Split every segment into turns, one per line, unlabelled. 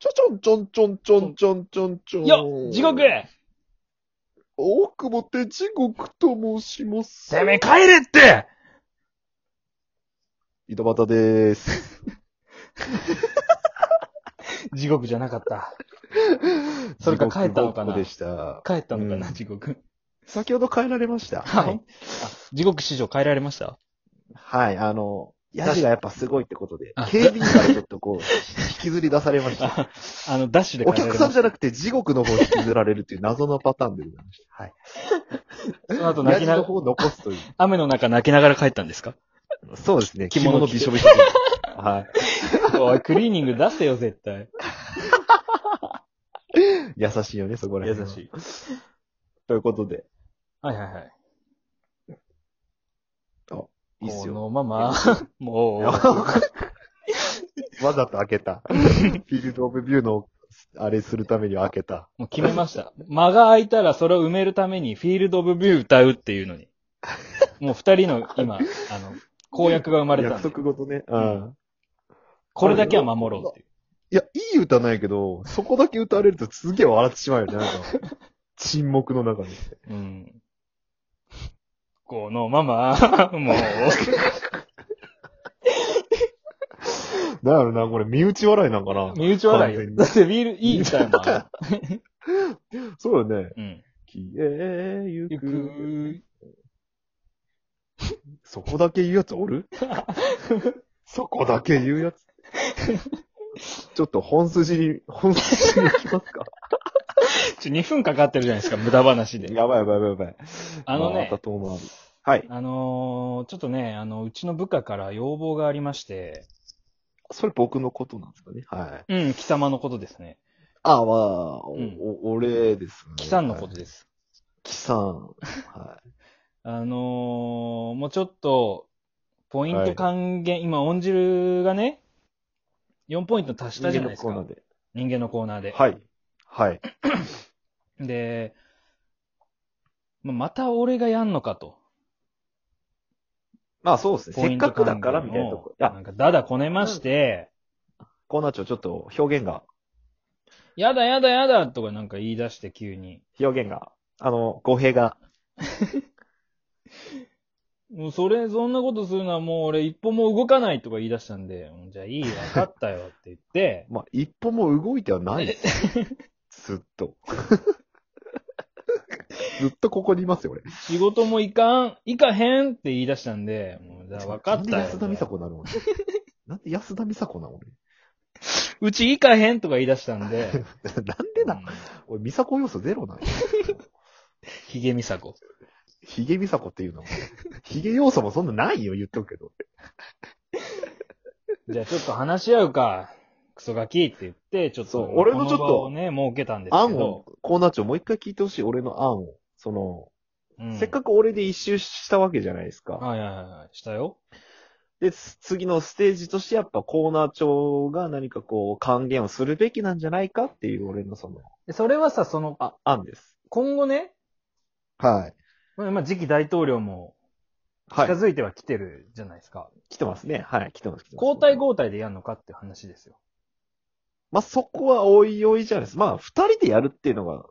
ちょちょんちょんちょんちょんちょんちょんちょん。
よっ地獄
大久保て地獄と申します。
せめ帰れって
井戸端でーす。
地獄じゃなかった。 それか帰ったのかな
地獄ごっこでした。
帰ったのかな、
うん
地獄。
先ほど帰られました。
はい。。あ地獄史上変えられました
はい、あの、ヤジがやっぱすごいってことで
あ、
警備員からちょっとこう、引きずり出されました。
あ あの、ダッシュ で
お
変えられ
客
ま
さん
し
じゃなくて地獄の方引きずられるっていう謎のパターンでございました。はい。
た。その後
ヤ
泣き
ジ
な
の方を残すと いう。
雨の中泣きながら帰ったんですか
そうですね。
着
着
物
物
着て
びしょびしょで。はい。
おい、クリーニング出せよ、絶対。
優しいよね、そこら辺。い。
い。
ということで。
はいはいはい。
いいっす
こ
よ。
のまま、もう、
わざと開け た。フィールドオブビューの、あれするために開けた。
もう決めました。間が空いたらそれを埋めるために、フィールド・オブ・ビュー歌うっていう のに。もう二人の今、あの、公約が生まれた
約
んで、
束ごとね。う
うん
ん。
これだけは守ろうっていう。
いや、いい歌ないけど、そこだけ歌われるとすげえ笑ってしまうよね、なんか。 沈黙の中で。
うん。このま ま、もう、
だよな、これ、身内笑いなんかな。
身内笑い
完全
よ。
に
だってビール、いい歌やもん。
そうよね。
うん。
消えゆ
ゆ
く。
く、
そこだけ言うやつお るそこだけ言うやつ。ちょっと本筋に、本筋に行きますか。
ちょ、2分かかってるじゃないですか、無駄話 で。
やばいやばいやばいやばい。
あのね
また遠回り。はい。
あのーちょっとね、あの、うちの部下から要望がありまして、
それ僕のことなんですかね。はい。
うん、貴様のことですね。
ああ、まあ、お
うん
お俺ですね。
貴さんのこと
はい。
です。
キさん。は
あのーもうちょっと、ポイント還元、今、音汁がね、4ポイント足
い。
したじゃないですか。
人間のコー
人間のコーナーで。
ナーで。はい。はい。
で、ままた俺がやんのかと。
まあそうですね。
ポ
せ
イ
っ
ン
か
ト
くだ
還元
から
を
みたいなとこ。いや
な、んか、だだこねまして、
コーナー長ちょっと表現が、
やだやだやだとかなんか言い出して急に。
表現が、あの、語弊が。
もうそれ、そんなことするのはもう俺一歩も動かないとか言い出したんで、もうじゃあいい、わかったよって言 って、
まあ、一歩も動いてはない です。ずっと。 ずっとここにいますよ、俺。
仕事もいかん、いかへんって言い出したんで、もうじゃあわかった
な
よ。
んで安田美佐子なの 俺。なんで安田美佐子なの俺。
うち行かへんとか言い出したんで。
なんで
う
なん俺、美佐子要素ゼロなの
ひげみさこ。
ヒゲ美佐子っていうのも。ヒゲ要素もそんなないよ、言っとくけど。
じゃあちょっと話し合うか。クソガキって言って、ちょっ
そ
と。
う俺のちょっと
こ場をね、設けたんですけ
案
ど
を。、コーナー長もう一回聞いてほしい、俺の案を。その、
うん
せっかく俺で一周したわけじゃないですか。
はいはいはいはい。したよ。
で、す次のステージとしてやっぱコーナー長が何かこう、還元をするべきなんじゃないかっていう俺のその、
それはさ、その、
あ、案です。
今後ね、
はい。
まあまあ次期大統領も
は
近
い。
づいては来てるじゃないですか。
来てますね。はい。来てます。来てます
交代交代でやるのかっていう話ですよ。
まあ、そこはおいおいじゃないですか。まあ、二人でやるっていうのが、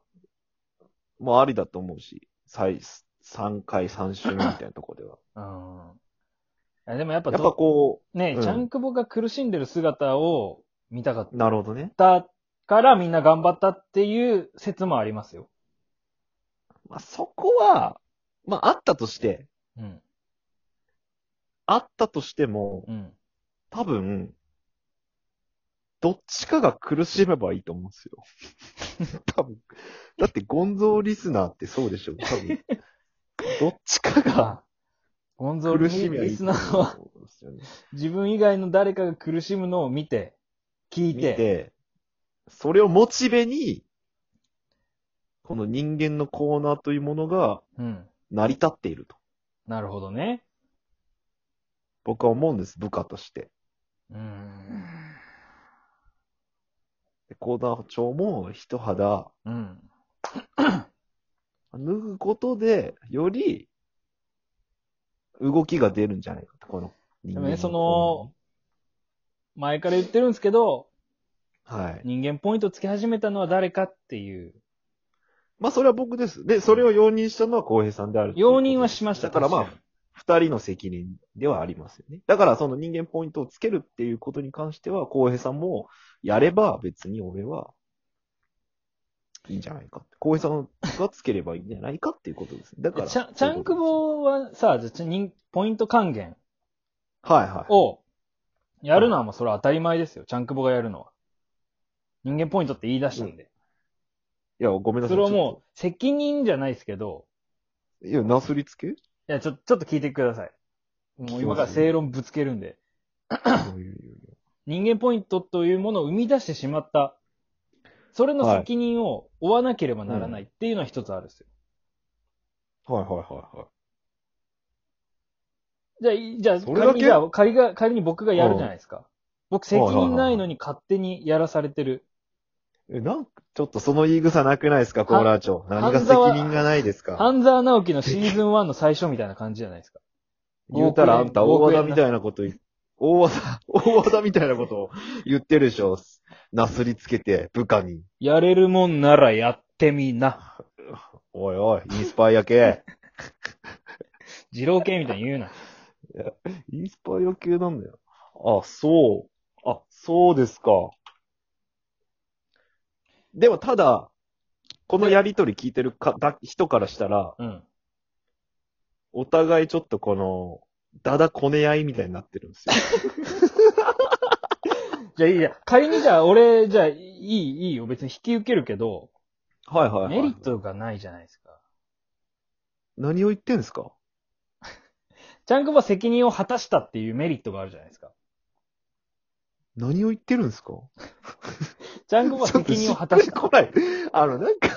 まあ、ありだと思うし、最、三回三週みたいなところでは。
うん。いやでもやっぱ
やっ
ど、
ぱこ
ね、
うん
ちゃんくぼが苦しんでる姿を見たかっ
う、なるほどね。
たからみんな頑張ったっていう説もありますよ。
まあ、そこは、まあ、あったとして、
うん。
あったとしても、
うん。
多分、どっちかが苦しめばいいと思うんですよ。多分。だって、ゴンゾーリスナーってそうでしょ。多分。どっちかが
ゴンゾー
苦
リ
しめばい
リ
い
ス
と
ナーは、
思うんですよね。
自分以外の誰かが苦しむのを見て、聞い
見
て、
て、それをモチベに、この人間のコーナーというものが
うん。
成り立っていると。
なるほどね。
僕は思うんです、部下として。
うーん。
でコーナー長も一肌
うん。
脱ぐことで、より、動きが出るんじゃないかと、この人
で
間
もね、
コ
そ
ーナーに
の、前から言ってるんですけど、
はい。
人間ポイントつけ始めたのは誰かっていう。
まあ、それは僕です。で、それを容認したのは浩平さんである。
容認はしました。
だからまあ
確に、
二人の責任ではありますよね。だからその人間ポイントをつけるっていうことに関しては、浩平さんもやれば別に俺はいいんじゃないかって。浩平さんがつければいいんじゃないかっていうことですね。だから。
ちゃん、ちゃんくぼはさ、じゃあちゃ人ポイント還元
はいはい。
をやるのはもうそれは当たり前ですよ。ちゃんくぼがやるのは。人間ポイントって言い出したんで。
いや、ごめんなさ
そ
い。
れはもう責任じゃないですけど、
う。いや、なすりつけ
いや、ちょ、ちょっと聞いてください。もう今から正論ぶつけるんで。
いやいやいや
人間ポイントというものを生み出してしまった。それの責任を負わなければならないっていうのは一つあるんですよ。
はいはいはいはい。
じゃあい、じゃあ、
それだけ
仮に、じゃあ仮が、仮に僕がやるじゃないですか。僕、責任ないのに勝手にやらされてる。
え、なんか、ちょっとその言い草なくないですか、コーラー長。何が
半
責
沢
任がないですか。
半沢直樹のシーズン1の最初みたいな感じじゃないですか。
言うたらあんた大技み
い。
たいなこと言、大技、大技みたいなことを言ってるでしょ。なすりつけて、部下に。
やれるもんならやってみな。
おいおい、インスパイア系。
二郎系みたいに言うな。
インスパイア系なんだよ。あ、そう。あ、そうですか。でもただ、このやりとり聞いてるか、だ、人からしたら、
うん。
お互いちょっとこの、だだこね合いみたいになってるんですよ。
じゃあいいや。仮にじゃあ、俺、じゃあ、いい、いいよ。別に引き受けるけど、
はいはい、はい。
メリットがないじゃないですか。
何を言ってんすか
ちゃんくぼは責任を果たしたっていうメリットがあるじゃないですか。
何を言ってるんですか
ちゃんくぼは責任を果た し
ちょ
た
っ。としっくりこない。あの、なんか、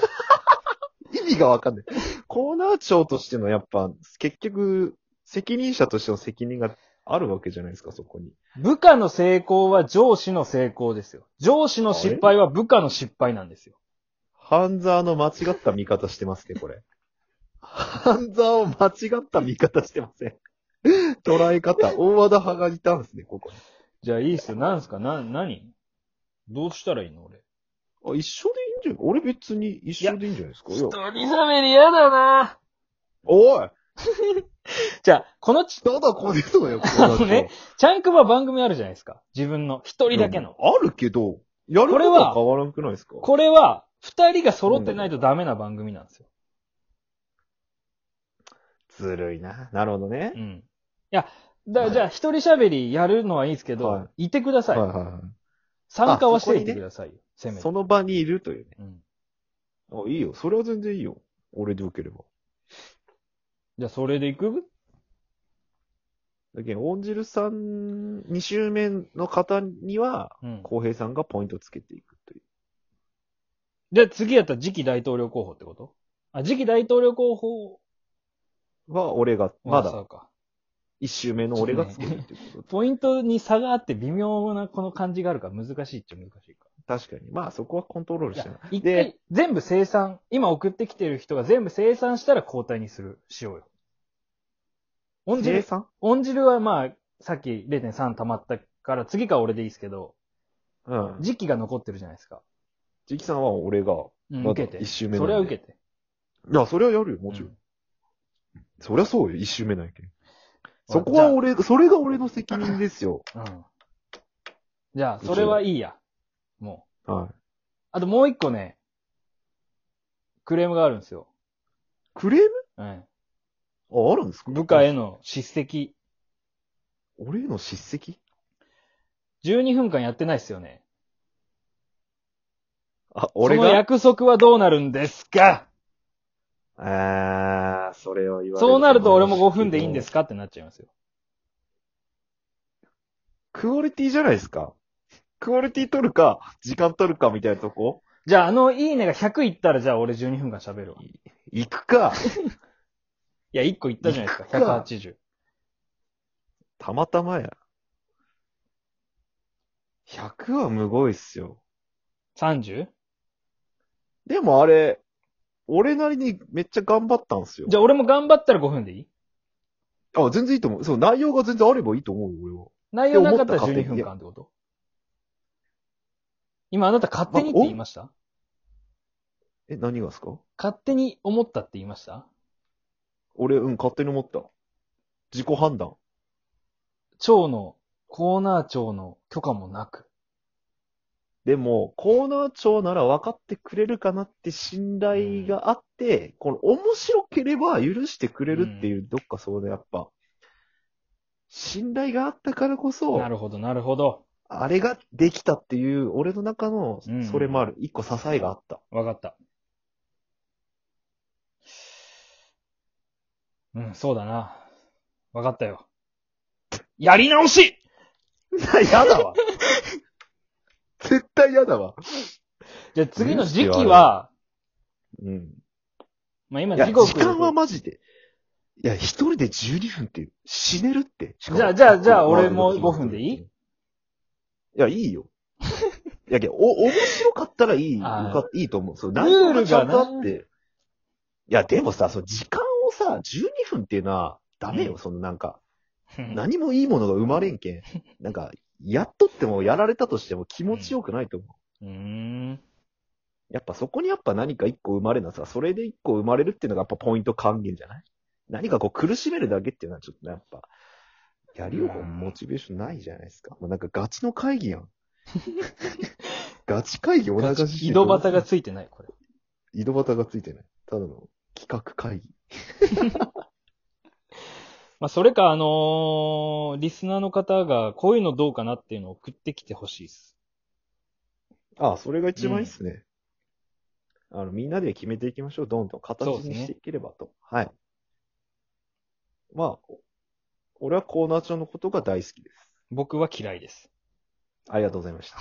意味がわかんない。コーナー長としてのやっぱ、結局、責任者としての責任があるわけじゃないですか、そこに。
部下の成功は上司の成功ですよ。上司の失敗は部下の失敗なんですよ。
半沢の間違った見方してますね、これ。半沢を間違った見方してません。捉え方、大和田派がいたんですね、ここ
じゃあいいっすよ。なんすかな、何どうしたらいいの俺。
に。あ、一緒でいいんじゃない俺別に一緒でいいんじゃないですかいや
喋り嫌だな
おい
じゃあ、このち、
ただこねとだよ、コーナー
あの
長
ねチャンクは番組あるじゃないですか。自分の、一人だけの。
うんあるけど、やるこ
ことれは
は変わらんくないですか
これは、二人が揃ってないとダメな番組なんですよ。
ずるいな。なるほどね
う。ん。いや、
は
だ
い
じゃあ、一人喋りやるのはいいですけど、、
はい
てください。
は
参加はし
あそこに
ていて
ね
くださいよ。せ
い
めて
そ。の場にいるというね。
うん。
あ、いいよ。それは全然いいよ。俺でよければ。
じゃあ、それでいく
だけど、オンジルさん、2周目の方には、
うん。
浩平さんがポイントをつけていくという。
で、次やったら次期大統領候補ってことあ、次期大統領候補
は、俺が、
は
ま
そ
だ、
うか。
1周目の俺がつけるということで。
ポイントに差があって微妙なこの感じがあるから難しいっちゃ難しいか。
確かに。まあ、そこはコントロール
い
して
や
ない。
一
で
回、全部生産、今送ってきてる人が全部生産したら交代にする、しようよ。オンジ
生
ル、
産
オンジルはまあ、さっき0.3溜まったから、次から俺でいいですけど、
うん。
時期が残ってるじゃないですか。
ジキさんは俺が、
うん、
まだ
受けて。
一周目なん
そ
で
れは受けて。
いや、それはやるよ、もちろん。
うん
そりゃそうよ、1周目なんやけん。
あ
そこは俺、それが俺の責任ですよ。
うん。じゃあ、それはいいや。もう。
はい。
あともう一個ね、クレームがあるんですよ。
クレー
うん。
ムあ、あるんですか
部下への叱責。
俺への叱責
12分間やってないっすよね。
あ、
その約束はどうなるんですか
あー、それを言われる
そうなると俺も5分でいいんです。かってなっちゃいますよ。
クオリティじゃないですか。クオリティ取るか、時間取るかみたいなとこ
じゃああのいいねが100いったらじゃあ俺12分間喋るわ。い
行くか。
や、1個いったじゃないですか。
いくか
180。
たまたまや。100はむごいっすよ。
30?
でもあれ、俺なりにめっちゃ頑張ったんすよ。
じゃあ俺も頑張ったら5分でいい
あ、全然いいと思う。そう、内容が全然あればいいと思うよ、俺は。
内容なかったら12分間ってこと今あなた勝手にって言いました
え、何がですか
勝手に思ったって言いました
俺、うん、勝手に思った。自己判断。
長の、コーナー長の許可もなく。
でも、コーナー長なら分かってくれるかなって信頼があって、この面白ければ許してくれるっていう、どっかそうでやっぱ、信頼があったからこそ、
なるほど、なるほど。
あれができたっていう、俺の中の
うん、
それもある。一個支えがあった。
わかった。うん、そうだな。わかったよ。やり直し
やだわ。絶対やだわ。
じゃあ次の時期は、
うん。
まあ今
いや、
時刻。
時間はマジで。いや、一人で12分って、死ねるって。しかも
じゃあじゃあじゃあ俺も5分でいい
いや、いいよ。いや、いや、お、面白かったらいい、よ
あー
かいいと思う。そう、
ルールがな
内容ちゃんとあって。いや、でもさ、その時間をさ、12分っていうのは、ダメ
う
よ、そのなんか、
うん
何もいいものが生まれんけん。なんか、やっとっても、やられたとしても気持ちよくないと思う。
うーん。
やっぱそこにやっぱ何か一個生まれなさ、それで一個生まれるっていうのがやっぱポイント還元じゃない何かこう苦しめるだけっていうのはちょっとねやっぱ、やりようがモチベーションないじゃないですか。もうなんかガチの会議やん。 ガチ会議お腹しい。
井戸端が。ついてない、これ。
井戸端がついてない。ただの企画会議。
まあそれか、あのーリスナーの方がこういうのどうかなっていうのを送ってきてほしいです。
ああ、それが一番いいっすね。あの、みんなで決めていきましょう。どんどん形
そうですね
にしていければと。はい。まあ、お俺はコーナー長のことが大好きです。
僕は嫌いです。
ありがとうございました。